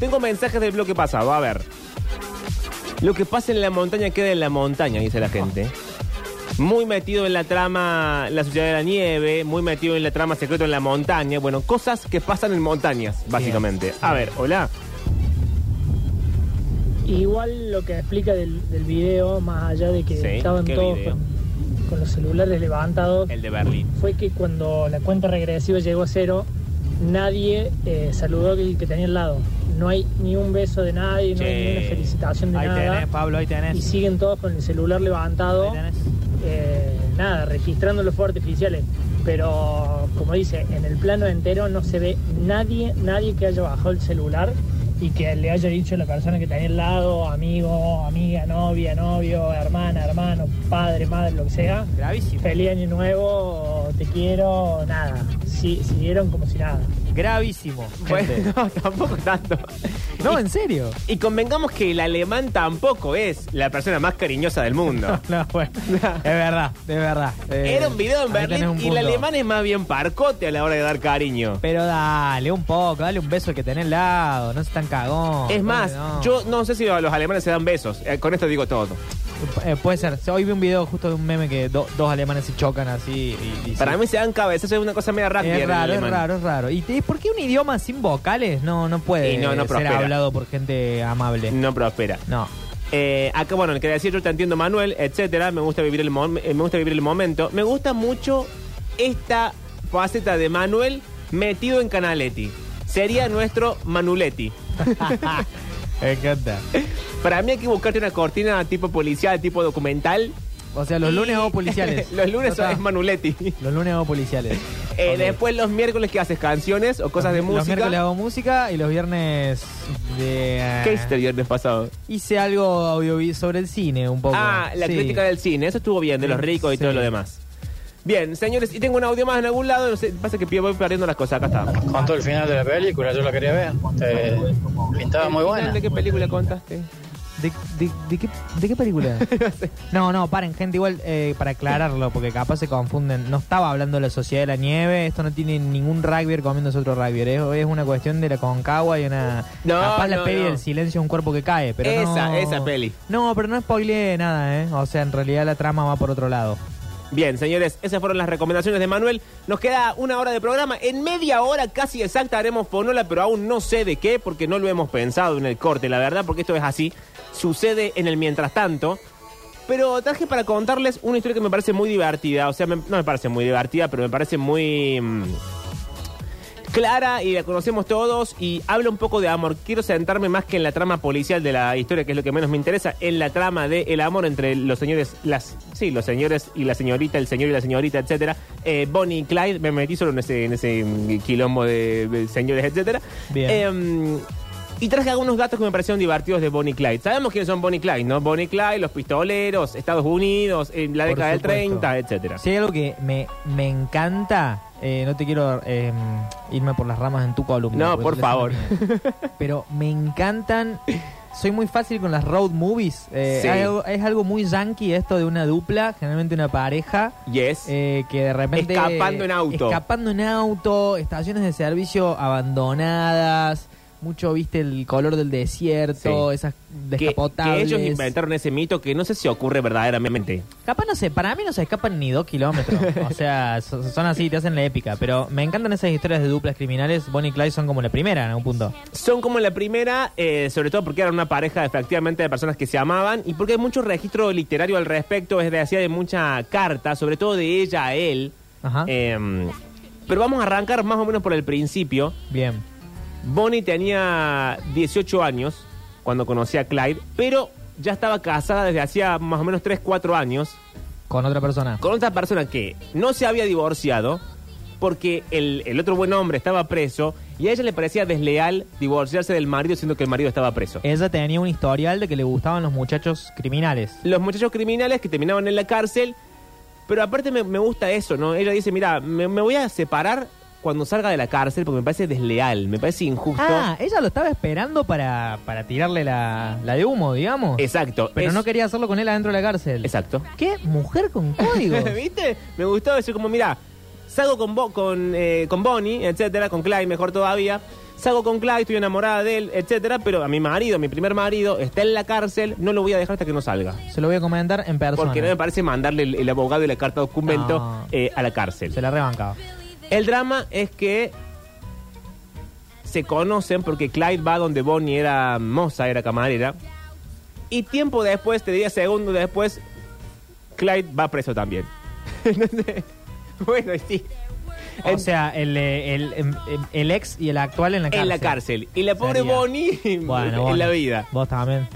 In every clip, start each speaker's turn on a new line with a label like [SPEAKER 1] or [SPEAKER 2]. [SPEAKER 1] Tengo mensajes del bloque pasado, a ver. Lo que pasa en la montaña queda en la montaña, dice la gente. Muy metido en la trama La Sociedad de la Nieve, muy metido en la trama Secreto en la Montaña. Bueno, cosas que pasan en montañas, básicamente. A ver, hola.
[SPEAKER 2] Igual lo que explica del, del video, más allá de que
[SPEAKER 1] Sí,
[SPEAKER 2] estaban
[SPEAKER 1] ¿qué
[SPEAKER 2] todos
[SPEAKER 1] video? Eh.
[SPEAKER 2] con, con los celulares levantados,
[SPEAKER 1] El de Berlín.
[SPEAKER 2] fue que cuando la cuenta regresiva llegó a cero, nadie eh, saludó al que tenía al lado. No hay ni un beso de nadie, no hay
[SPEAKER 1] Che.
[SPEAKER 2] ni una felicitación de
[SPEAKER 3] Ahí
[SPEAKER 2] nada.
[SPEAKER 3] tenés, Pablo, ahí tenés.
[SPEAKER 2] y siguen todos con el celular levantado,
[SPEAKER 3] Ahí tenés.
[SPEAKER 2] eh, nada, registrando los fuegos artificiales. Pero, como dice, en el plano entero no se ve nadie, nadie que haya bajado el celular y que le haya dicho a la persona que tenía al lado, amigo, amiga, novia, novio, hermana, hermano, padre, madre, lo que sea,
[SPEAKER 3] Gravísimo.
[SPEAKER 2] feliz año nuevo, te quiero, nada. Sí, siguieron como si nada.
[SPEAKER 3] Gravísimo. gente.
[SPEAKER 1] Bueno, no, tampoco tanto.
[SPEAKER 3] No, en serio.
[SPEAKER 1] Y convengamos que el alemán tampoco es la persona más cariñosa del mundo.
[SPEAKER 3] No, bueno. Es verdad, es verdad. Eh,
[SPEAKER 1] Era un video en
[SPEAKER 3] ahí tenés
[SPEAKER 1] Berlín
[SPEAKER 3] un
[SPEAKER 1] y el
[SPEAKER 3] punto.
[SPEAKER 1] alemán es más bien parcote a la hora de dar cariño.
[SPEAKER 3] Pero dale, un poco, dale un beso que tenés al lado, no seas tan cagón.
[SPEAKER 1] Es
[SPEAKER 3] Dale,
[SPEAKER 1] más,
[SPEAKER 3] Oh, no.
[SPEAKER 1] yo no sé si a los alemanes se dan besos. Eh, con esto digo todo.
[SPEAKER 3] Eh, puede ser. Hoy vi un video justo de un meme que do- dos alemanes se chocan así. Y, y-
[SPEAKER 1] Para mí se dan cabezazos, es una cosa media rugby en
[SPEAKER 3] es
[SPEAKER 1] el
[SPEAKER 3] raro, es
[SPEAKER 1] alemán.
[SPEAKER 3] raro, es raro. ¿Y te- por qué un idioma sin vocales no, no puede
[SPEAKER 1] Y no, no
[SPEAKER 3] ser
[SPEAKER 1] prospera. Mm.
[SPEAKER 3] hablado por gente amable?
[SPEAKER 1] No prospera.
[SPEAKER 3] No.
[SPEAKER 1] Eh, acá, bueno, quería decir, yo te entiendo, Manuel, etcétera. Me gusta vivir el mom- eh, me gusta vivir el momento. Me gusta mucho esta faceta de Manuel metido en Canaletti. Sería nuestro Manuletti.
[SPEAKER 3] Me encanta.
[SPEAKER 1] Para mí hay que buscarte una cortina tipo policial, tipo documental.
[SPEAKER 3] O sea, los
[SPEAKER 1] Y-
[SPEAKER 3] lunes hago policiales.
[SPEAKER 1] los lunes
[SPEAKER 3] No está.
[SPEAKER 1] es Manuletti.
[SPEAKER 3] Los lunes hago policiales.
[SPEAKER 1] Eh,
[SPEAKER 3] Ok.
[SPEAKER 1] Después los miércoles que haces canciones o cosas de
[SPEAKER 3] Los- Los
[SPEAKER 1] música.
[SPEAKER 3] miércoles hago música y los viernes de... eh,
[SPEAKER 1] ¿Qué hiciste el viernes pasado?
[SPEAKER 3] Hice algo audio sobre el cine un poco.
[SPEAKER 1] Ah, la
[SPEAKER 3] Sí.
[SPEAKER 1] crítica del cine. Eso estuvo bien, de los ricos y
[SPEAKER 3] Sí.
[SPEAKER 1] todo lo demás. Bien, señores, y tengo un audio más en algún lado. No sé, pasa que voy perdiendo las cosas. Acá está.
[SPEAKER 4] Contó el final de la película, yo la quería ver. Eh, pintaba muy buena.
[SPEAKER 1] ¿De qué película contaste?
[SPEAKER 3] ¿De, de- de qué, de qué película? no, no, paren, gente, igual eh, para aclararlo, porque capaz se confunden. No estaba hablando de la Sociedad de la Nieve, esto no tiene ningún rugby comiéndose otro rugby. Es, es una cuestión de la Concagua y una.
[SPEAKER 1] No,
[SPEAKER 3] capaz la
[SPEAKER 1] no,
[SPEAKER 3] peli
[SPEAKER 1] no.
[SPEAKER 3] del silencio es un cuerpo que cae, pero.
[SPEAKER 1] Esa,
[SPEAKER 3] no-
[SPEAKER 1] esa peli.
[SPEAKER 3] No, pero no spoileé nada, ¿eh? O sea, en realidad la trama va por otro lado.
[SPEAKER 1] Bien, señores, esas fueron las recomendaciones de Manuel. Nos queda una hora de programa. En media hora casi exacta haremos fonola, pero aún no sé de qué, porque no lo hemos pensado en el corte, la verdad, porque esto es así. Sucede en el mientras tanto. Pero traje para contarles una historia que me parece muy divertida. O sea, me- no me parece muy divertida, pero me parece muy... mm, clara y la conocemos todos y habla un poco de amor. Quiero sentarme más que en la trama policial de la historia, que es lo que menos me interesa, en la trama del el amor entre los señores, las sí, los señores y la señorita, el señor y la señorita, etcétera. Eh, Bonnie y Clyde, me metí solo en ese, en ese mm, quilombo de, de señores, etcétera.
[SPEAKER 3] Bien.
[SPEAKER 1] Em, y traje algunos datos que me parecieron divertidos de Bonnie y Clyde. Sabemos quiénes son Bonnie y Clyde, ¿no? Bonnie y Clyde, los pistoleros, Estados Unidos, en la
[SPEAKER 3] Por
[SPEAKER 1] década del
[SPEAKER 3] supuesto.
[SPEAKER 1] 30, etcétera.
[SPEAKER 3] Si hay algo que me, me encanta, eh, no te quiero eh, irme por las ramas en tu columna.
[SPEAKER 1] No,
[SPEAKER 3] porque
[SPEAKER 1] por
[SPEAKER 3] suele ser
[SPEAKER 1] favor.
[SPEAKER 3] mía. Pero me encantan. Soy muy fácil con las road movies. eh,
[SPEAKER 1] Sí.
[SPEAKER 3] hay algo- es algo muy yankee esto de una dupla, generalmente una pareja.
[SPEAKER 1] Yes.
[SPEAKER 3] eh, que de repente.
[SPEAKER 1] Escapando en auto.
[SPEAKER 3] Escapando en auto, estaciones de servicio abandonadas. Mucho, viste, el color del desierto,
[SPEAKER 1] Sí.
[SPEAKER 3] esas
[SPEAKER 1] que, que
[SPEAKER 3] descapotables.
[SPEAKER 1] ellos inventaron ese mito que no sé si ocurre verdaderamente.
[SPEAKER 3] Capaz no sé, para mí no se escapan ni dos kilómetros. O sea, so- son así, te hacen la épica. Pero me encantan esas historias de duplas criminales. Bonnie y Clyde son como la primera en algún punto.
[SPEAKER 1] Son como la primera, eh, sobre todo porque eran una pareja efectivamente de personas que se amaban y porque hay mucho registro literario al respecto, es decir, de mucha carta, sobre todo de ella a él.
[SPEAKER 3] Ajá.
[SPEAKER 1] Em, pero vamos a arrancar más o menos por el principio.
[SPEAKER 3] Bien.
[SPEAKER 1] Bonnie tenía 18 años cuando conocí a Clyde, pero ya estaba casada desde hacía más o menos 3, 4 años.
[SPEAKER 3] Con otra persona.
[SPEAKER 1] con otra persona que no se había divorciado porque el, el otro buen hombre estaba preso y a ella le parecía desleal divorciarse del marido siendo que el marido estaba preso.
[SPEAKER 3] Ella tenía un historial de que le gustaban los muchachos criminales.
[SPEAKER 1] Los muchachos criminales que terminaban en la cárcel, pero aparte me, me gusta eso, ¿no? Ella dice, mira, me, me voy a separar cuando salga de la cárcel porque me parece desleal, me parece injusto.
[SPEAKER 3] Ah, ella lo estaba esperando para, para tirarle la, la de humo, digamos.
[SPEAKER 1] Exacto.
[SPEAKER 3] Pero
[SPEAKER 1] es-
[SPEAKER 3] no quería hacerlo con él adentro de la cárcel.
[SPEAKER 1] Exacto.
[SPEAKER 3] ¿Qué? Mujer con código.
[SPEAKER 1] ¿Viste? Me gustó decir como, mira, salgo con, Bo- con, eh, con Bonnie, etcétera, con Clyde, mejor todavía. salgo con Clyde, estoy enamorada de él, etcétera, pero a mi marido, mi primer marido, está en la cárcel, no lo voy a dejar hasta que no salga.
[SPEAKER 3] Se lo voy a comentar en persona.
[SPEAKER 1] Porque no me parece mandarle el, el abogado y la carta de documento
[SPEAKER 3] No.
[SPEAKER 1] eh, a la cárcel.
[SPEAKER 3] Se la rebancaba.
[SPEAKER 1] El drama es que se conocen porque Clyde va donde Bonnie era moza, era camarera. Y tiempo después, te diría segundos después, Clyde va preso también. Entonces, bueno, y sí.
[SPEAKER 3] O sea, el, eh, el, em, em, el ex y el actual en la cárcel.
[SPEAKER 1] en la cárcel. Y la pobre
[SPEAKER 3] Sería.
[SPEAKER 1] Bonnie
[SPEAKER 3] Bueno,
[SPEAKER 1] en
[SPEAKER 3] vos-
[SPEAKER 1] la vida.
[SPEAKER 3] Vos también.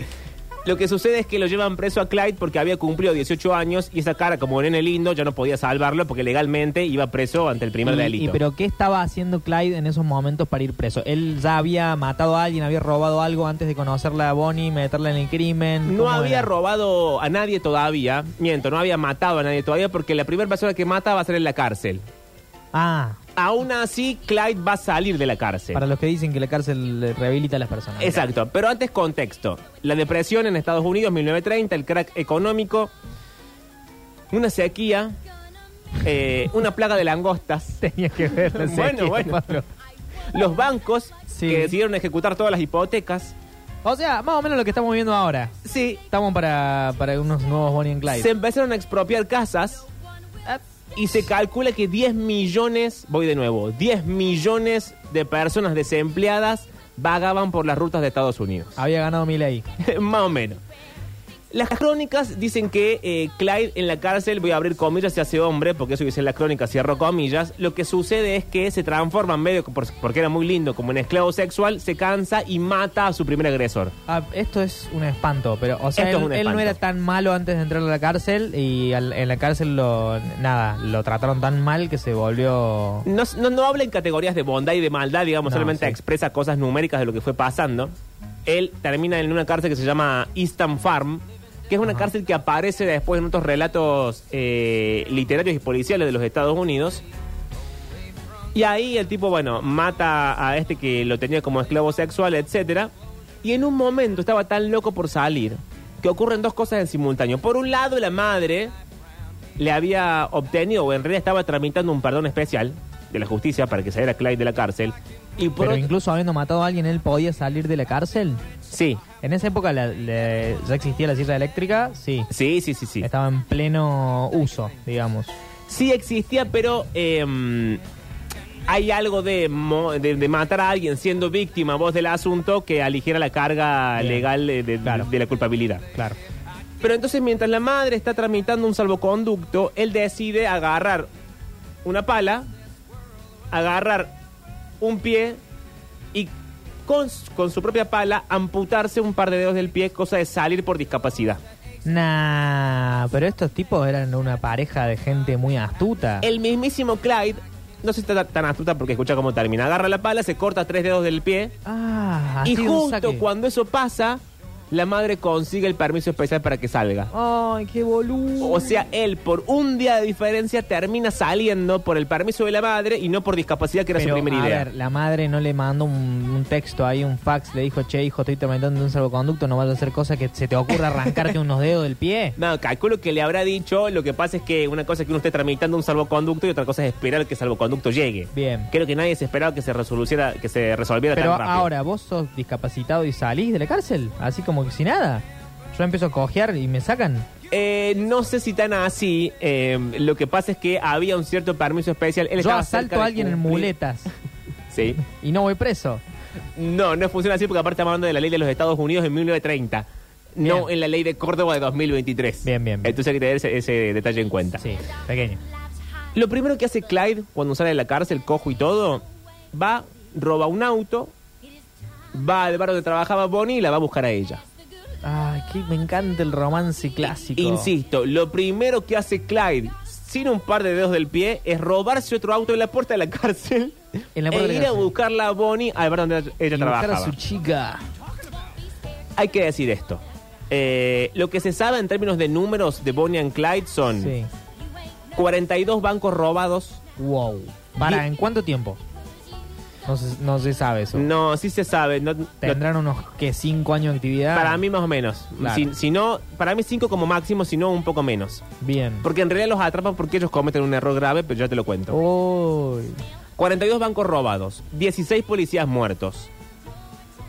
[SPEAKER 1] Lo que sucede es que lo llevan preso a Clyde porque había cumplido 18 años y esa cara como nene lindo ya no podía salvarlo porque legalmente iba preso ante el primer
[SPEAKER 3] Y-
[SPEAKER 1] delito.
[SPEAKER 3] y pero ¿qué estaba haciendo Clyde en esos momentos para ir preso? Él ya había matado a alguien, había robado algo antes de conocerla a Bonnie, meterla en el crimen.
[SPEAKER 1] No
[SPEAKER 3] ¿Cómo
[SPEAKER 1] había
[SPEAKER 3] era?
[SPEAKER 1] robado a nadie todavía, miento, no había matado a nadie todavía porque la primera persona que mata va a ser en la cárcel.
[SPEAKER 3] Ah,
[SPEAKER 1] Aún así, Clyde va a salir de la cárcel.
[SPEAKER 3] para los que dicen que la cárcel eh, rehabilita a las personas.
[SPEAKER 1] Exacto, pero antes contexto. La depresión en Estados Unidos, 1930, el crack económico, una sequía, eh, una plaga de langostas.
[SPEAKER 3] Tenía que ver. la
[SPEAKER 1] Bueno,
[SPEAKER 3] serie,
[SPEAKER 1] bueno.
[SPEAKER 3] Pablo.
[SPEAKER 1] Los bancos
[SPEAKER 3] Sí.
[SPEAKER 1] que decidieron ejecutar todas las hipotecas.
[SPEAKER 3] O sea, más o menos lo que estamos viendo ahora.
[SPEAKER 1] Sí,
[SPEAKER 3] Estamos para, para unos nuevos Bonnie and Clyde.
[SPEAKER 1] se empezaron a expropiar casas y se calcula que 10 millones, voy de nuevo, 10 millones de personas desempleadas vagaban por las rutas de Estados Unidos.
[SPEAKER 3] Había ganado Milei.
[SPEAKER 1] Más o menos. Las crónicas dicen que eh, Clyde en la cárcel, voy a abrir comillas, se hace hombre, porque eso dice en la crónica, cierro comillas. Lo que sucede es que se transforma en medio, por- porque era muy lindo, como en esclavo sexual, se cansa y mata a su primer agresor.
[SPEAKER 3] Ah, esto es un espanto, pero, o sea,
[SPEAKER 1] Esto
[SPEAKER 3] él,
[SPEAKER 1] es un
[SPEAKER 3] él no
[SPEAKER 1] espanto.
[SPEAKER 3] era tan malo antes de entrar a la cárcel y al- en la cárcel lo, nada, lo trataron tan mal que se volvió...
[SPEAKER 1] No, no, no habla en categorías de bondad y de maldad, digamos,
[SPEAKER 3] No,
[SPEAKER 1] solamente
[SPEAKER 3] sí.
[SPEAKER 1] expresa cosas numéricas de lo que fue pasando. Él termina en una cárcel que se llama Easton Farm, que es una cárcel que aparece después en otros relatos eh, literarios y policiales de los Estados Unidos. Y ahí el tipo, bueno, mata a este que lo tenía como esclavo sexual, etcétera. Y en un momento estaba tan loco por salir que ocurren dos cosas en simultáneo. Por un lado, la madre le había obtenido, o en realidad estaba tramitando un perdón especial de la justicia para que saliera Clyde de la cárcel. Y por
[SPEAKER 3] Pero
[SPEAKER 1] otro-
[SPEAKER 3] incluso habiendo matado a alguien, él podía salir de la cárcel.
[SPEAKER 1] Sí,
[SPEAKER 3] En esa época la- la- ya existía la silla eléctrica, sí.
[SPEAKER 1] sí, sí, sí, sí.
[SPEAKER 3] Estaba en pleno uso, digamos.
[SPEAKER 1] Sí existía, pero em, hay algo de, mo- de- de matar a alguien siendo víctima vos del asunto que aligera la carga
[SPEAKER 3] Bien.
[SPEAKER 1] legal eh, de-
[SPEAKER 3] Claro.
[SPEAKER 1] de la culpabilidad.
[SPEAKER 3] Claro.
[SPEAKER 1] Pero entonces mientras la madre está tramitando un salvoconducto, él decide agarrar una pala, agarrar un pie y con, s- con su propia pala amputarse un par de dedos del pie, cosa de salir por discapacidad.
[SPEAKER 3] Nah, pero estos tipos eran una pareja de gente muy astuta.
[SPEAKER 1] El mismísimo Clyde, no se está tan astuta porque escucha cómo termina, agarra la pala, se corta tres dedos del pie
[SPEAKER 3] Ah,
[SPEAKER 1] y
[SPEAKER 3] así de un
[SPEAKER 1] justo
[SPEAKER 3] saque.
[SPEAKER 1] cuando eso pasa, la madre consigue el permiso especial para que salga.
[SPEAKER 3] Ay, qué boludo.
[SPEAKER 1] O sea, él por un día de diferencia termina saliendo por el permiso de la madre y no por discapacidad, que era
[SPEAKER 3] Pero,
[SPEAKER 1] su primera
[SPEAKER 3] a
[SPEAKER 1] idea.
[SPEAKER 3] ver, la madre no le mandó un, un texto ahí, un fax, le dijo, che, hijo, estoy tramitando un salvoconducto, no vas a hacer cosas que se te ocurra arrancarte unos dedos del pie.
[SPEAKER 1] No, calculo que le habrá dicho, lo que pasa es que una cosa es que uno esté tramitando un salvoconducto y otra cosa es esperar que el salvoconducto llegue.
[SPEAKER 3] Bien.
[SPEAKER 1] Creo que nadie se esperaba que se resoluciera, que se resolviera
[SPEAKER 3] Pero
[SPEAKER 1] tan rápido.
[SPEAKER 3] ahora, vos sos discapacitado y salís de la cárcel, así como que sin nada. Yo empiezo a cojear y me sacan.
[SPEAKER 1] Eh, no sé si tan así. eh, lo que pasa es que había un cierto permiso especial. Él
[SPEAKER 3] Yo
[SPEAKER 1] estaba cerca
[SPEAKER 3] asalto
[SPEAKER 1] de
[SPEAKER 3] a alguien en
[SPEAKER 1] cumplir-
[SPEAKER 3] muletas
[SPEAKER 1] Sí.
[SPEAKER 3] y no voy preso.
[SPEAKER 1] No, no funciona así porque aparte estamos hablando de la ley de los Estados Unidos en 1930. No
[SPEAKER 3] Bien.
[SPEAKER 1] en la ley de Córdoba de 2023.
[SPEAKER 3] Bien, bien, bien.
[SPEAKER 1] Entonces hay que tener ese, ese detalle en cuenta.
[SPEAKER 3] Sí, pequeño.
[SPEAKER 1] Lo primero que hace Clyde cuando sale de la cárcel, cojo y todo, va, roba un auto, va al bar donde trabajaba Bonnie y la va a buscar a ella.
[SPEAKER 3] Ay, que me encanta el romance clásico.
[SPEAKER 1] Insisto, lo primero que hace Clyde, sin un par de dedos del pie, es robarse otro auto en la puerta de la cárcel
[SPEAKER 3] En la puerta
[SPEAKER 1] e
[SPEAKER 3] de la
[SPEAKER 1] ir a
[SPEAKER 3] cárcel.
[SPEAKER 1] buscarla a Bonnie al bar donde
[SPEAKER 3] Y
[SPEAKER 1] ella
[SPEAKER 3] buscar a
[SPEAKER 1] trabajaba.
[SPEAKER 3] su chica.
[SPEAKER 1] Hay que decir esto. Eh, lo que se sabe en términos de números de Bonnie and Clyde son
[SPEAKER 3] Sí.
[SPEAKER 1] 42 bancos robados.
[SPEAKER 3] Wow. Para,
[SPEAKER 1] Di-
[SPEAKER 3] ¿en cuánto tiempo? No se, no se sabe eso.
[SPEAKER 1] No, sí se sabe. no- no-
[SPEAKER 3] Tendrán unos que cinco años de actividad.
[SPEAKER 1] para mí más o menos.
[SPEAKER 3] Claro.
[SPEAKER 1] Si, si no, para mí 5 como máximo, si no un poco menos.
[SPEAKER 3] Bien.
[SPEAKER 1] Porque en realidad los atrapan porque ellos cometen un error grave, pero ya te lo cuento.
[SPEAKER 3] Uy.
[SPEAKER 1] 42 bancos robados, 16 policías muertos.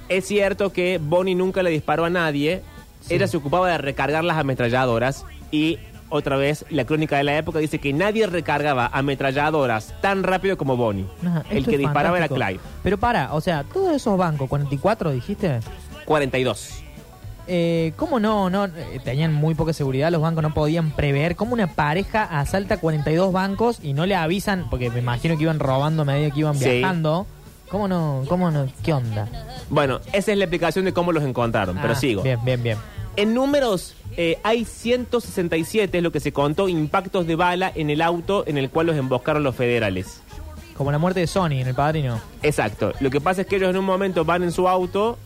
[SPEAKER 1] Es cierto que Bonnie nunca le disparó a nadie. Ella se ocupaba de recargar las ametralladoras y otra vez la crónica de la época dice que nadie recargaba ametralladoras tan rápido como Bonnie.
[SPEAKER 3] Ajá,
[SPEAKER 1] El
[SPEAKER 3] esto
[SPEAKER 1] que
[SPEAKER 3] es
[SPEAKER 1] disparaba
[SPEAKER 3] fantástico.
[SPEAKER 1] era Clive.
[SPEAKER 3] Pero para, o sea, todos esos bancos, 44 dijiste,
[SPEAKER 1] 42.
[SPEAKER 3] eh, ¿cómo no? no eh, tenían muy poca seguridad, los bancos no podían prever cómo una pareja asalta 42 bancos y no le avisan, porque me imagino que iban robando a medida que iban
[SPEAKER 1] Sí.
[SPEAKER 3] viajando. ¿Cómo no? ¿Cómo no? ¿Qué onda?
[SPEAKER 1] Bueno, esa es la explicación de cómo los encontraron, pero
[SPEAKER 3] Ah,
[SPEAKER 1] sigo.
[SPEAKER 3] Bien, bien, bien.
[SPEAKER 1] En números eh, hay 167, es lo que se contó, impactos de bala en el auto en el cual los emboscaron los federales.
[SPEAKER 3] Como la muerte de Sony en El Padrino.
[SPEAKER 1] Exacto. Lo que pasa es que ellos en un momento van en su auto,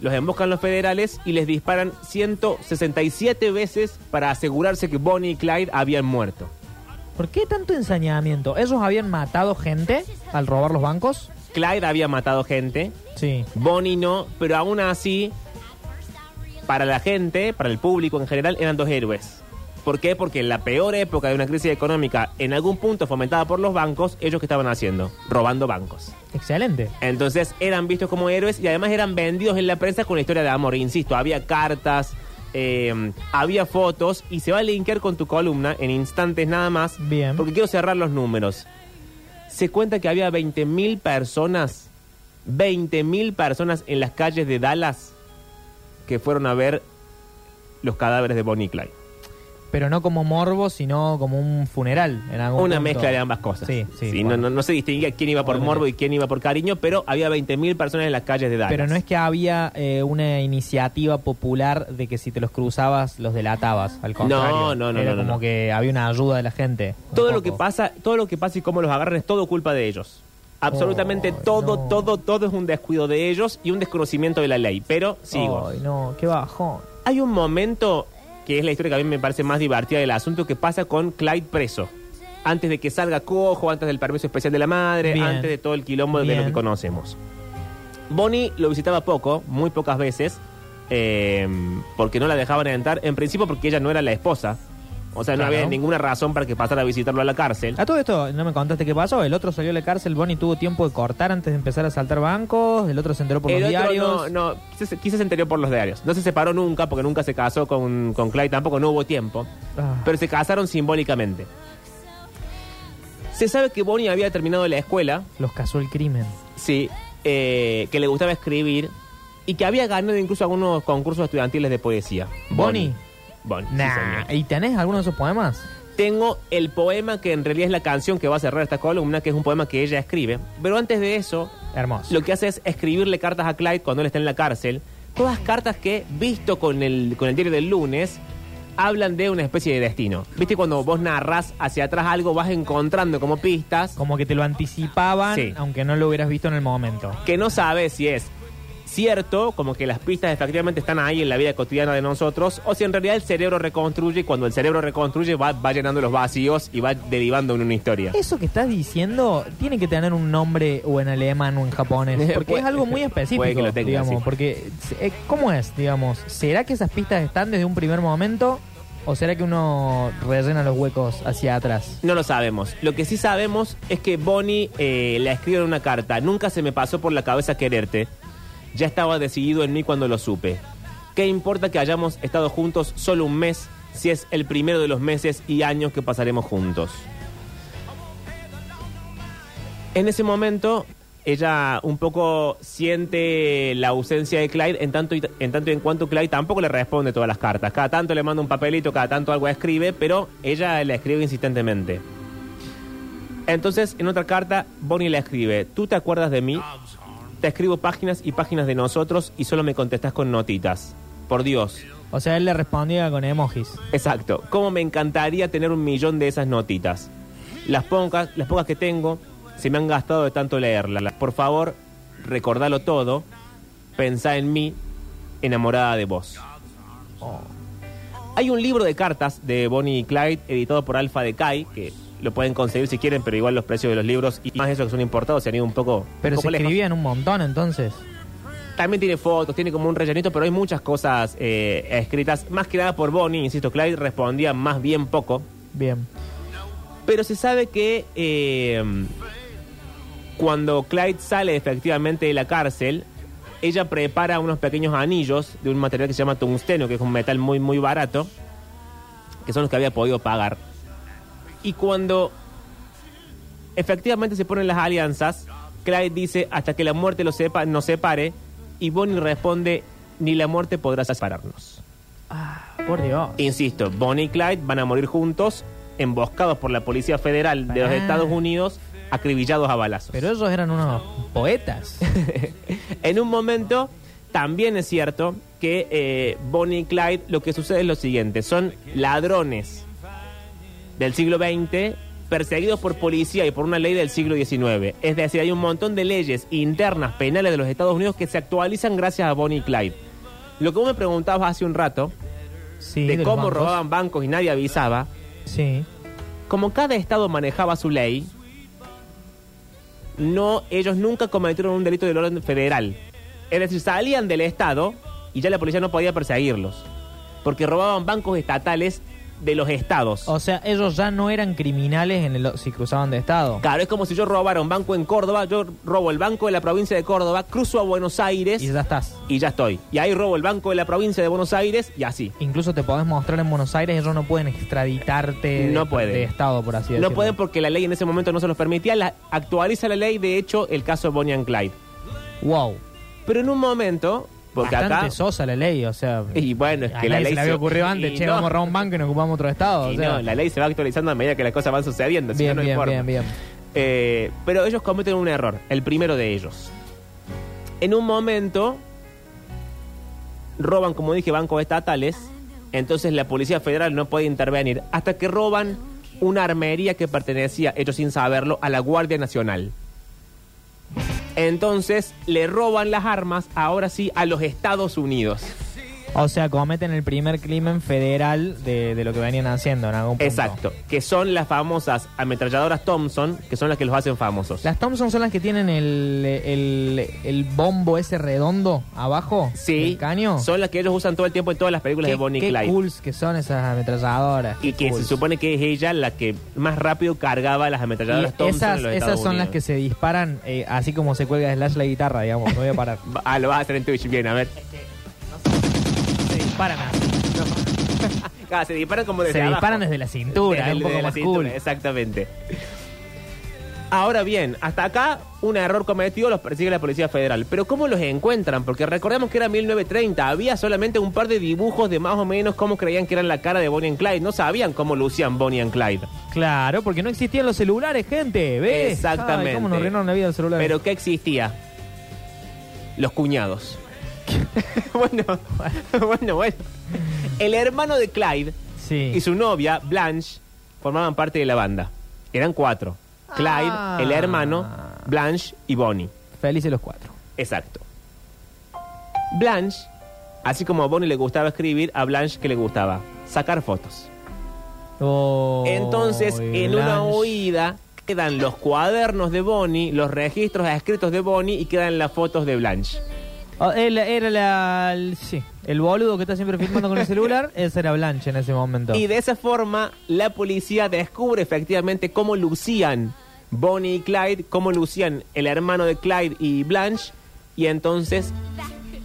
[SPEAKER 1] los emboscan los federales y les disparan 167 veces para asegurarse que Bonnie y Clyde habían muerto.
[SPEAKER 3] ¿Por qué tanto ensañamiento? ¿Ellos habían matado gente al robar los bancos?
[SPEAKER 1] Clyde había matado gente,
[SPEAKER 3] Sí.
[SPEAKER 1] Bonnie no, pero aún así, para la gente, para el público en general, eran dos héroes. ¿Por qué? Porque en la peor época de una crisis económica, en algún punto fomentada por los bancos, ellos que estaban haciendo, robando bancos.
[SPEAKER 3] Excelente.
[SPEAKER 1] Entonces eran vistos como héroes y además eran vendidos en la prensa con la historia de amor. Insisto, había cartas, eh, había fotos y se va a linkear con tu columna en instantes nada más.
[SPEAKER 3] Bien.
[SPEAKER 1] Porque quiero cerrar los números. Se cuenta que había 20.000 personas, 20.000 personas en las calles de Dallas que fueron a ver los cadáveres de Bonnie y Clyde.
[SPEAKER 3] Pero no como morbo, sino como un funeral en algún
[SPEAKER 1] Una
[SPEAKER 3] punto.
[SPEAKER 1] mezcla de ambas cosas.
[SPEAKER 3] Sí, sí,
[SPEAKER 1] no-
[SPEAKER 3] bueno.
[SPEAKER 1] no, no se distinguía quién iba por morbo y quién iba por cariño, pero había 20.000 personas en las calles de Dallas.
[SPEAKER 3] Pero no es que había eh, una iniciativa popular de que si te los cruzabas, los delatabas. Al contrario.
[SPEAKER 1] No, no, no,
[SPEAKER 3] Era
[SPEAKER 1] no, no,
[SPEAKER 3] como
[SPEAKER 1] no.
[SPEAKER 3] que había una ayuda de la gente. un
[SPEAKER 1] Todo lo
[SPEAKER 3] poco.
[SPEAKER 1] que pasa, todo lo que pasa y cómo los agarran es todo culpa de ellos. Absolutamente
[SPEAKER 3] Ay,
[SPEAKER 1] todo,
[SPEAKER 3] no.
[SPEAKER 1] todo, todo es un descuido de ellos y un desconocimiento de la ley. Pero sigo.
[SPEAKER 3] Ay, no, qué bajón.
[SPEAKER 1] Hay un momento que es la historia que a mí me parece más divertida del asunto que pasa con Clyde preso. Antes de que salga cojo, antes del permiso especial de la madre,
[SPEAKER 3] Bien.
[SPEAKER 1] antes de todo el quilombo de lo
[SPEAKER 3] Bien.
[SPEAKER 1] que conocemos. Bonnie lo visitaba poco, muy pocas veces, eh, porque no la dejaban entrar. En principio porque ella no era la esposa. O sea, no
[SPEAKER 3] Claro.
[SPEAKER 1] había ninguna razón para que pasara a visitarlo a la cárcel.
[SPEAKER 3] A todo esto, no me contaste qué pasó. El otro salió de la cárcel, Bonnie tuvo tiempo de cortar antes de empezar a saltar bancos. El otro se enteró por
[SPEAKER 1] el
[SPEAKER 3] los
[SPEAKER 1] otro
[SPEAKER 3] diarios.
[SPEAKER 1] no, no, quizás, quizás se enteró por los diarios. No se separó nunca porque nunca se casó con, con Clyde, tampoco no hubo tiempo.
[SPEAKER 3] Ah.
[SPEAKER 1] Pero se casaron simbólicamente. Se sabe que Bonnie había terminado la escuela,
[SPEAKER 3] Los casó el crimen.
[SPEAKER 1] sí, eh, que le gustaba escribir y que había ganado incluso algunos concursos estudiantiles de poesía.
[SPEAKER 3] Bonnie.
[SPEAKER 1] Bonnie. sí,
[SPEAKER 3] Nah.
[SPEAKER 1] señor.
[SPEAKER 3] ¿Y tenés alguno de esos poemas?
[SPEAKER 1] Tengo el poema que en realidad es la canción que va a cerrar esta columna, que es un poema que ella escribe. Pero antes de eso,
[SPEAKER 3] Hermoso.
[SPEAKER 1] lo que hace es escribirle cartas a Clyde cuando él está en la cárcel. Todas cartas que, visto con el, con el diario del lunes, hablan de una especie de destino. ¿Viste cuando vos narras hacia atrás algo, vas encontrando como pistas
[SPEAKER 3] Como que te lo anticipaban,
[SPEAKER 1] Sí.
[SPEAKER 3] aunque no lo hubieras visto en el momento.
[SPEAKER 1] que no sabes si es cierto, como que las pistas efectivamente están ahí en la vida cotidiana de nosotros, o si en realidad el cerebro reconstruye y cuando el cerebro reconstruye va, va llenando los vacíos y va derivando en una historia.
[SPEAKER 3] Eso que estás diciendo tiene que tener un nombre o en alemán o en japonés, porque
[SPEAKER 1] Puede-
[SPEAKER 3] es algo muy específico,
[SPEAKER 1] puede que lo tenga,
[SPEAKER 3] digamos,
[SPEAKER 1] sí.
[SPEAKER 3] porque eh, ¿cómo es, digamos? ¿Será que esas pistas están desde un primer momento o será que uno rellena los huecos hacia atrás?
[SPEAKER 1] No lo sabemos. Lo que sí sabemos es que Bonnie eh, le escribe en una carta. Nunca se me pasó por la cabeza quererte. Ya estaba decidido en mí cuando lo supe. ¿Qué importa que hayamos estado juntos solo un mes si es el primero de los meses y años que pasaremos juntos? En ese momento, ella un poco siente la ausencia de Clyde, en tanto, y, en tanto y en cuanto Clyde tampoco le responde todas las cartas. Cada tanto le manda un papelito, cada tanto algo escribe, pero ella la escribe insistentemente. Entonces, en otra carta, Bonnie le escribe, ¿tú te acuerdas de mí? Te escribo páginas y páginas de nosotros y solo me contestas con notitas. Por Dios.
[SPEAKER 3] O sea, él le respondía con emojis.
[SPEAKER 1] Exacto. Cómo me encantaría tener un millón de esas notitas. Las pocas, las pocas que tengo se me han gastado de tanto leerlas. Por favor, recordalo todo. Pensá en mí, enamorada de vos. Oh. Hay un libro de cartas de Bonnie y Clyde editado por Alfa de Kai que lo pueden conseguir si quieren, pero igual los precios de los libros y más esos que son importados se han ido un poco.
[SPEAKER 3] Pero
[SPEAKER 1] un
[SPEAKER 3] se
[SPEAKER 1] poco lejos.
[SPEAKER 3] escribían un montón entonces.
[SPEAKER 1] También tiene fotos, tiene como un rellenito, pero hay muchas cosas eh, escritas, más que nada por Bonnie, insisto, Clyde respondía más bien poco,
[SPEAKER 3] Bien.
[SPEAKER 1] pero se sabe que eh, cuando Clyde sale efectivamente de la cárcel, ella prepara unos pequeños anillos de un material que se llama tungsteno, que es un metal muy, muy barato, que son los que había podido pagar. Y cuando efectivamente se ponen las alianzas, Clyde dice, hasta que la muerte los sepa, nos separe, y Bonnie responde, ni la muerte podrá separarnos.
[SPEAKER 3] Por Dios.
[SPEAKER 1] Insisto, Bonnie y Clyde van a morir juntos, emboscados por la Policía Federal de los
[SPEAKER 3] Ah.
[SPEAKER 1] Estados Unidos, acribillados a balazos.
[SPEAKER 3] Pero ellos eran unos poetas.
[SPEAKER 1] en un momento, también es cierto que eh, Bonnie y Clyde lo que sucede es lo siguiente: son ladrones del siglo XX perseguidos por policía y por una ley del siglo XIX. Es decir, hay un montón de leyes internas penales de los Estados Unidos que se actualizan gracias a Bonnie y Clyde. Lo que vos me preguntabas hace un rato,
[SPEAKER 3] Sí,
[SPEAKER 1] de
[SPEAKER 3] los
[SPEAKER 1] cómo
[SPEAKER 3] bancos.
[SPEAKER 1] robaban bancos y nadie avisaba,
[SPEAKER 3] Sí.
[SPEAKER 1] como cada estado manejaba su ley, no, ellos nunca cometieron un delito del orden federal. Es decir, salían del estado y ya la policía no podía perseguirlos, porque robaban bancos estatales de los estados.
[SPEAKER 3] O sea, ellos ya no eran criminales en el, si cruzaban de estado.
[SPEAKER 1] Claro, es como si yo robara un banco en Córdoba, yo robo el banco de la provincia de Córdoba, cruzo a Buenos Aires
[SPEAKER 3] Y ya estás.
[SPEAKER 1] y ya estoy. Y ahí robo el banco de la provincia de Buenos Aires y así.
[SPEAKER 3] Incluso te podés mostrar en Buenos Aires, ellos no pueden extraditarte de-
[SPEAKER 1] No
[SPEAKER 3] de,
[SPEAKER 1] pueden.
[SPEAKER 3] estado, por así decirlo.
[SPEAKER 1] No pueden porque la ley en ese momento no se los permitía. La, actualiza la ley, de hecho, el caso Bonnie and Clyde.
[SPEAKER 3] Wow.
[SPEAKER 1] Pero en un momento, porque
[SPEAKER 3] Bastante
[SPEAKER 1] acá.
[SPEAKER 3] sosa la ley, o sea.
[SPEAKER 1] Y bueno, es
[SPEAKER 3] a
[SPEAKER 1] que la
[SPEAKER 3] nadie
[SPEAKER 1] ley.
[SPEAKER 3] se le había
[SPEAKER 1] se-
[SPEAKER 3] ocurrido antes,
[SPEAKER 1] y
[SPEAKER 3] che,
[SPEAKER 1] no,
[SPEAKER 3] vamos a robar un banco y nos ocupamos otro estado.
[SPEAKER 1] y
[SPEAKER 3] o sea.
[SPEAKER 1] no, la ley se va actualizando a medida que las cosas van sucediendo. si
[SPEAKER 3] bien,
[SPEAKER 1] no, no
[SPEAKER 3] bien,
[SPEAKER 1] importa.
[SPEAKER 3] bien, bien.
[SPEAKER 1] Eh, pero ellos cometen un error, el primero de ellos. En un momento roban, como dije, bancos estatales, entonces la Policía Federal no puede intervenir hasta que roban una armería que pertenecía, ellos sin saberlo, a la Guardia Nacional. Entonces le roban las armas, ahora sí, a los Estados Unidos.
[SPEAKER 3] O sea, cometen el primer crimen federal de, de lo que venían haciendo en algún punto.
[SPEAKER 1] Exacto, que son las famosas ametralladoras Thompson, que son las que los hacen famosos.
[SPEAKER 3] Las Thompson son las que tienen el, el, el bombo ese redondo abajo
[SPEAKER 1] Sí,
[SPEAKER 3] del caño.
[SPEAKER 1] son las que ellos usan todo el tiempo en todas las películas de
[SPEAKER 3] qué,
[SPEAKER 1] Bonnie y
[SPEAKER 3] qué
[SPEAKER 1] Clyde.
[SPEAKER 3] cools que son esas ametralladoras.
[SPEAKER 1] Y que se
[SPEAKER 3] Cools.
[SPEAKER 1] supone que es ella la que más rápido cargaba las
[SPEAKER 3] Y
[SPEAKER 1] ametralladoras Thompson
[SPEAKER 3] esas,
[SPEAKER 1] en los
[SPEAKER 3] esas
[SPEAKER 1] Estados
[SPEAKER 3] son las que
[SPEAKER 1] Unidos.
[SPEAKER 3] se disparan eh, así como se cuelga Slash la guitarra, digamos. No voy a parar.
[SPEAKER 1] Va- Ah, lo vas a hacer en Twitch, bien, a ver.
[SPEAKER 3] se disparan así.
[SPEAKER 1] Ah, se disparan como desde
[SPEAKER 3] se
[SPEAKER 1] abajo.
[SPEAKER 3] disparan desde la cintura,
[SPEAKER 1] Desde-
[SPEAKER 3] es un poco
[SPEAKER 1] desde la
[SPEAKER 3] más
[SPEAKER 1] cintura,
[SPEAKER 3] cool.
[SPEAKER 1] Exactamente. Ahora bien, hasta acá un error cometido los persigue la Policía Federal. Pero ¿cómo los encuentran? Porque recordemos que era 1930, había solamente un par de dibujos de más o menos cómo creían que eran la cara de Bonnie and Clyde. No sabían cómo lucían Bonnie and Clyde.
[SPEAKER 3] Claro, porque no existían los celulares, gente. ¿Ves?
[SPEAKER 1] Exactamente.
[SPEAKER 3] Ay, ¿Cómo nos arruinaron la vida del celular?
[SPEAKER 1] Pero ¿qué existía? Los cuñados. bueno, bueno, bueno. El hermano de Clyde
[SPEAKER 3] sí.
[SPEAKER 1] y su novia, Blanche, formaban parte de la banda. Eran cuatro. Clyde,
[SPEAKER 3] Ah.
[SPEAKER 1] el hermano, Blanche y Bonnie.
[SPEAKER 3] Felices los cuatro.
[SPEAKER 1] Exacto. Blanche, así como a Bonnie le gustaba escribir, a Blanche que le gustaba sacar fotos.
[SPEAKER 3] Oh,
[SPEAKER 1] Entonces, en una
[SPEAKER 3] Blanche.
[SPEAKER 1] huida quedan los cuadernos de Bonnie, los registros escritos de Bonnie y quedan las fotos de Blanche.
[SPEAKER 3] Oh, él era la, el, sí, el boludo que está siempre filmando con el celular, ese era Blanche en ese momento.
[SPEAKER 1] Y de esa forma, la policía descubre efectivamente cómo lucían Bonnie y Clyde, cómo lucían el hermano de Clyde y Blanche, y entonces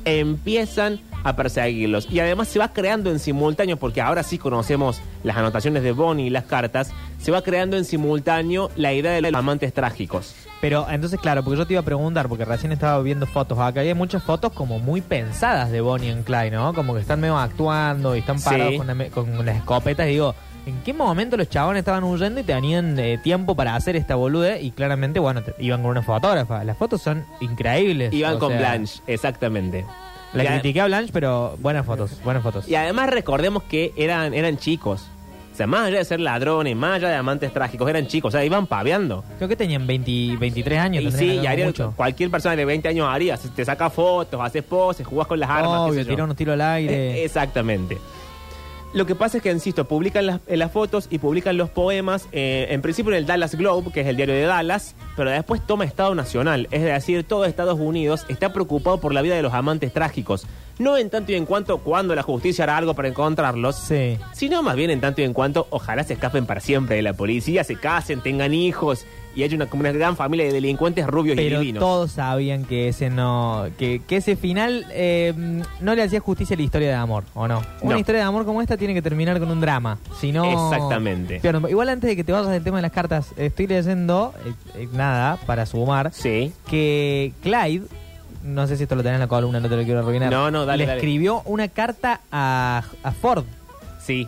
[SPEAKER 1] empiezan a perseguirlos. Y además se va creando en simultáneo, porque ahora sí conocemos las anotaciones de Bonnie y las cartas, se va creando en simultáneo la idea de los amantes trágicos.
[SPEAKER 3] Pero entonces, claro, porque yo te iba a preguntar, porque recién estaba viendo fotos acá, y hay muchas fotos como muy pensadas de Bonnie and Clyde, ¿no? Como que están medio actuando y están
[SPEAKER 1] Sí.
[SPEAKER 3] parados con, la me- con las escopetas. Y digo, ¿en qué momento los chabones estaban huyendo y tenían eh, tiempo para hacer esta bolude? Y claramente, bueno, te- iban con una fotógrafa. Las fotos son increíbles.
[SPEAKER 1] Iban
[SPEAKER 3] o
[SPEAKER 1] con
[SPEAKER 3] sea,
[SPEAKER 1] Blanche, exactamente.
[SPEAKER 3] La
[SPEAKER 1] Y a-
[SPEAKER 3] critiqué a Blanche, pero buenas fotos, buenas fotos.
[SPEAKER 1] Y además recordemos que eran, eran chicos. O sea, más allá de ser ladrones, más allá de amantes trágicos, eran chicos. O sea, iban paveando.
[SPEAKER 3] Creo que tenían 20, 23 años.
[SPEAKER 1] Y
[SPEAKER 3] tendrían
[SPEAKER 1] sí,
[SPEAKER 3] algo
[SPEAKER 1] y harían-
[SPEAKER 3] mucho.
[SPEAKER 1] cualquier persona de 20 años haría. Se- Te saca fotos, haces poses, jugás con las armas. qué
[SPEAKER 3] Obvio,
[SPEAKER 1] sé yo.
[SPEAKER 3] tiró unos tiros al aire.
[SPEAKER 1] Eh, Exactamente. Lo que pasa es que, insisto, publican las, eh, las fotos y publican los poemas, eh, en principio en el Dallas Globe, que es el diario de Dallas, pero después toma Estado Nacional, es decir, todo Estados Unidos está preocupado por la vida de los amantes trágicos, no en tanto y en cuanto cuando la justicia hará algo para encontrarlos,
[SPEAKER 3] sí.
[SPEAKER 1] sino más bien en tanto y en cuanto ojalá se escapen para siempre de la policía, se casen, tengan hijos y hay una, como una gran familia de delincuentes rubios y
[SPEAKER 3] Pero
[SPEAKER 1] divinos.
[SPEAKER 3] todos sabían que ese no, que, que ese final eh, no le hacía justicia a la historia de amor, ¿o no? Una
[SPEAKER 1] No.
[SPEAKER 3] historia de amor como esta tiene que terminar con un drama, si no...
[SPEAKER 1] Exactamente.
[SPEAKER 3] Pero igual antes de que te vayas del tema de las cartas, estoy leyendo, eh, eh, nada, para sumar,
[SPEAKER 1] Sí.
[SPEAKER 3] que Clyde, no sé si esto lo tenés en la columna, no te lo quiero arruinar.
[SPEAKER 1] No, no, dale,
[SPEAKER 3] Le
[SPEAKER 1] dale.
[SPEAKER 3] escribió una carta a, a Ford.
[SPEAKER 1] Sí.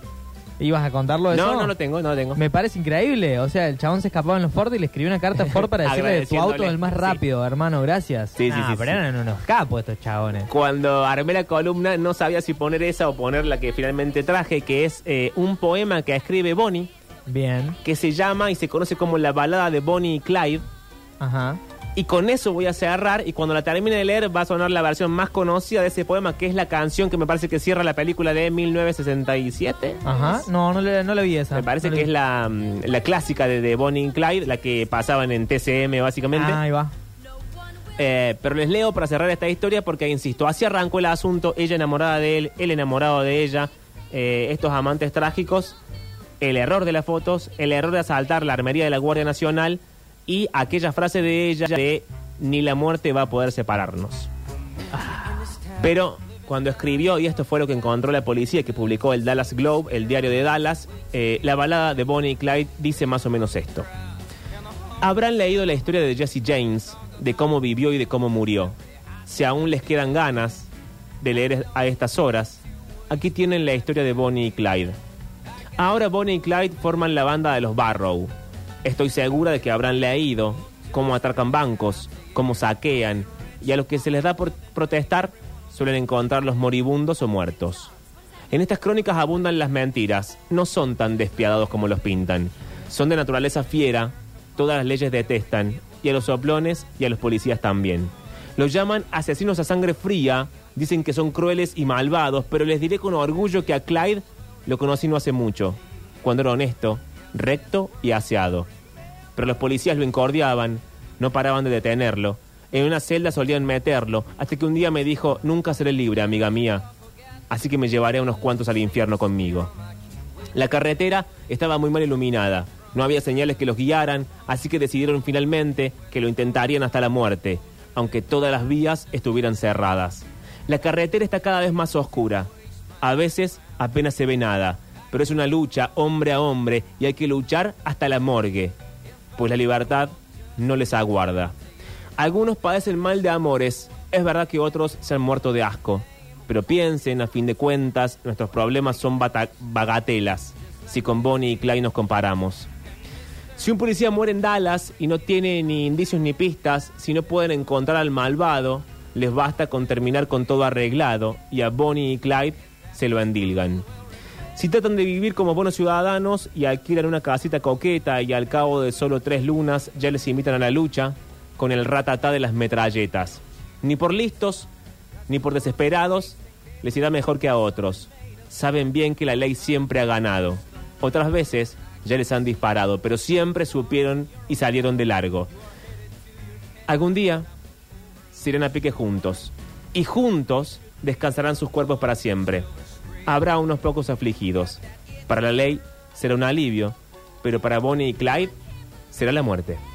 [SPEAKER 3] ¿Ibas a contarlo eso?
[SPEAKER 1] No, no lo tengo, no lo tengo.
[SPEAKER 3] Me parece increíble. O sea, el chabón se escapaba en los Ford y le escribió una carta a Ford para decirle tu auto es el más
[SPEAKER 1] Agradeciéndole,
[SPEAKER 3] rápido, hermano, gracias.
[SPEAKER 1] Sí, sí,
[SPEAKER 3] Nah,
[SPEAKER 1] sí,
[SPEAKER 3] Pero
[SPEAKER 1] sí.
[SPEAKER 3] eran unos capos estos chabones.
[SPEAKER 1] Cuando armé la columna no sabía si poner esa o poner la que finalmente traje, que es eh, un poema que escribe Bonnie,
[SPEAKER 3] Bien.
[SPEAKER 1] que se llama y se conoce como la balada de Bonnie y Clyde.
[SPEAKER 3] Ajá.
[SPEAKER 1] Y con eso voy a cerrar y cuando la termine de leer va a sonar la versión más conocida de ese poema, que es la canción que me parece que cierra la película de 1967.
[SPEAKER 3] Ajá. No, no, le- no la vi esa.
[SPEAKER 1] Me parece
[SPEAKER 3] No la
[SPEAKER 1] que es
[SPEAKER 3] vi.
[SPEAKER 1] la, mm, la clásica de, de Bonnie y Clyde, la que pasaban en TCM básicamente.
[SPEAKER 3] Ah, ahí va.
[SPEAKER 1] Eh, pero les leo para cerrar esta historia porque, insisto, así arrancó el asunto, ella enamorada de él, él enamorado de ella, eh, estos amantes trágicos, el error de las fotos, el error de asaltar la armería de la Guardia Nacional y aquella frase de ella de ni la muerte va a poder separarnos. Pero cuando escribió, y esto fue lo que encontró la policía que publicó el Dallas Globe, el diario de Dallas, eh, la balada de Bonnie y Clyde dice más o menos esto. Habrán leído la historia de Jesse James, de cómo vivió y de cómo murió. Si aún les quedan ganas de leer a estas horas, aquí tienen la historia de Bonnie y Clyde. Ahora Bonnie y Clyde forman la banda de los Barrow. Estoy segura de que habrán leído cómo atracan bancos, cómo saquean, y a los que se les da por protestar suelen encontrar los moribundos o muertos. En estas crónicas abundan las mentiras. No son tan despiadados como los pintan. Son de naturaleza fiera. Todas las leyes detestan. Y a los soplones y a los policías también. Los llaman asesinos a sangre fría. Dicen que son crueles y malvados. Pero les diré con orgullo que a Clyde lo conocí no hace mucho. Cuando era honesto, recto y aseado. Pero los policías lo incordiaban. No paraban de detenerlo. En una celda solían meterlo. Hasta que un día me dijo, nunca seré libre, amiga mía así que me llevaré a unos cuantos al infierno conmigo. La carretera estaba muy mal iluminada, no había señales que los guiaran, así que decidieron finalmente que lo intentarían hasta la muerte, aunque todas las vías estuvieran cerradas. La carretera está cada vez más oscura, a veces apenas se ve nada, pero es una lucha hombre a hombre y hay que luchar hasta la morgue, pues la libertad no les aguarda. Algunos padecen mal de amores, es verdad que otros se han muerto de asco. Pero piensen, a fin de cuentas, nuestros problemas son bata- bagatelas, si con Bonnie y Clyde nos comparamos. Si un policía muere en Dallas y no tiene ni indicios ni pistas, si no pueden encontrar al malvado, les basta con terminar con todo arreglado y a Bonnie y Clyde se lo endilgan. Si tratan de vivir como buenos ciudadanos y alquilan una casita coqueta y al cabo de solo tres lunas ya les invitan a la lucha con el ratatá de las metralletas. Ni por listos, ni por desesperados, les irá mejor que a otros. Saben bien que la ley siempre ha ganado. Otras veces ya les han disparado, pero siempre supieron y salieron de largo. Algún día se irán a pique juntos y juntos descansarán sus cuerpos para siempre. Habrá unos pocos afligidos. Para la ley será un alivio, pero para Bonnie y Clyde será la muerte.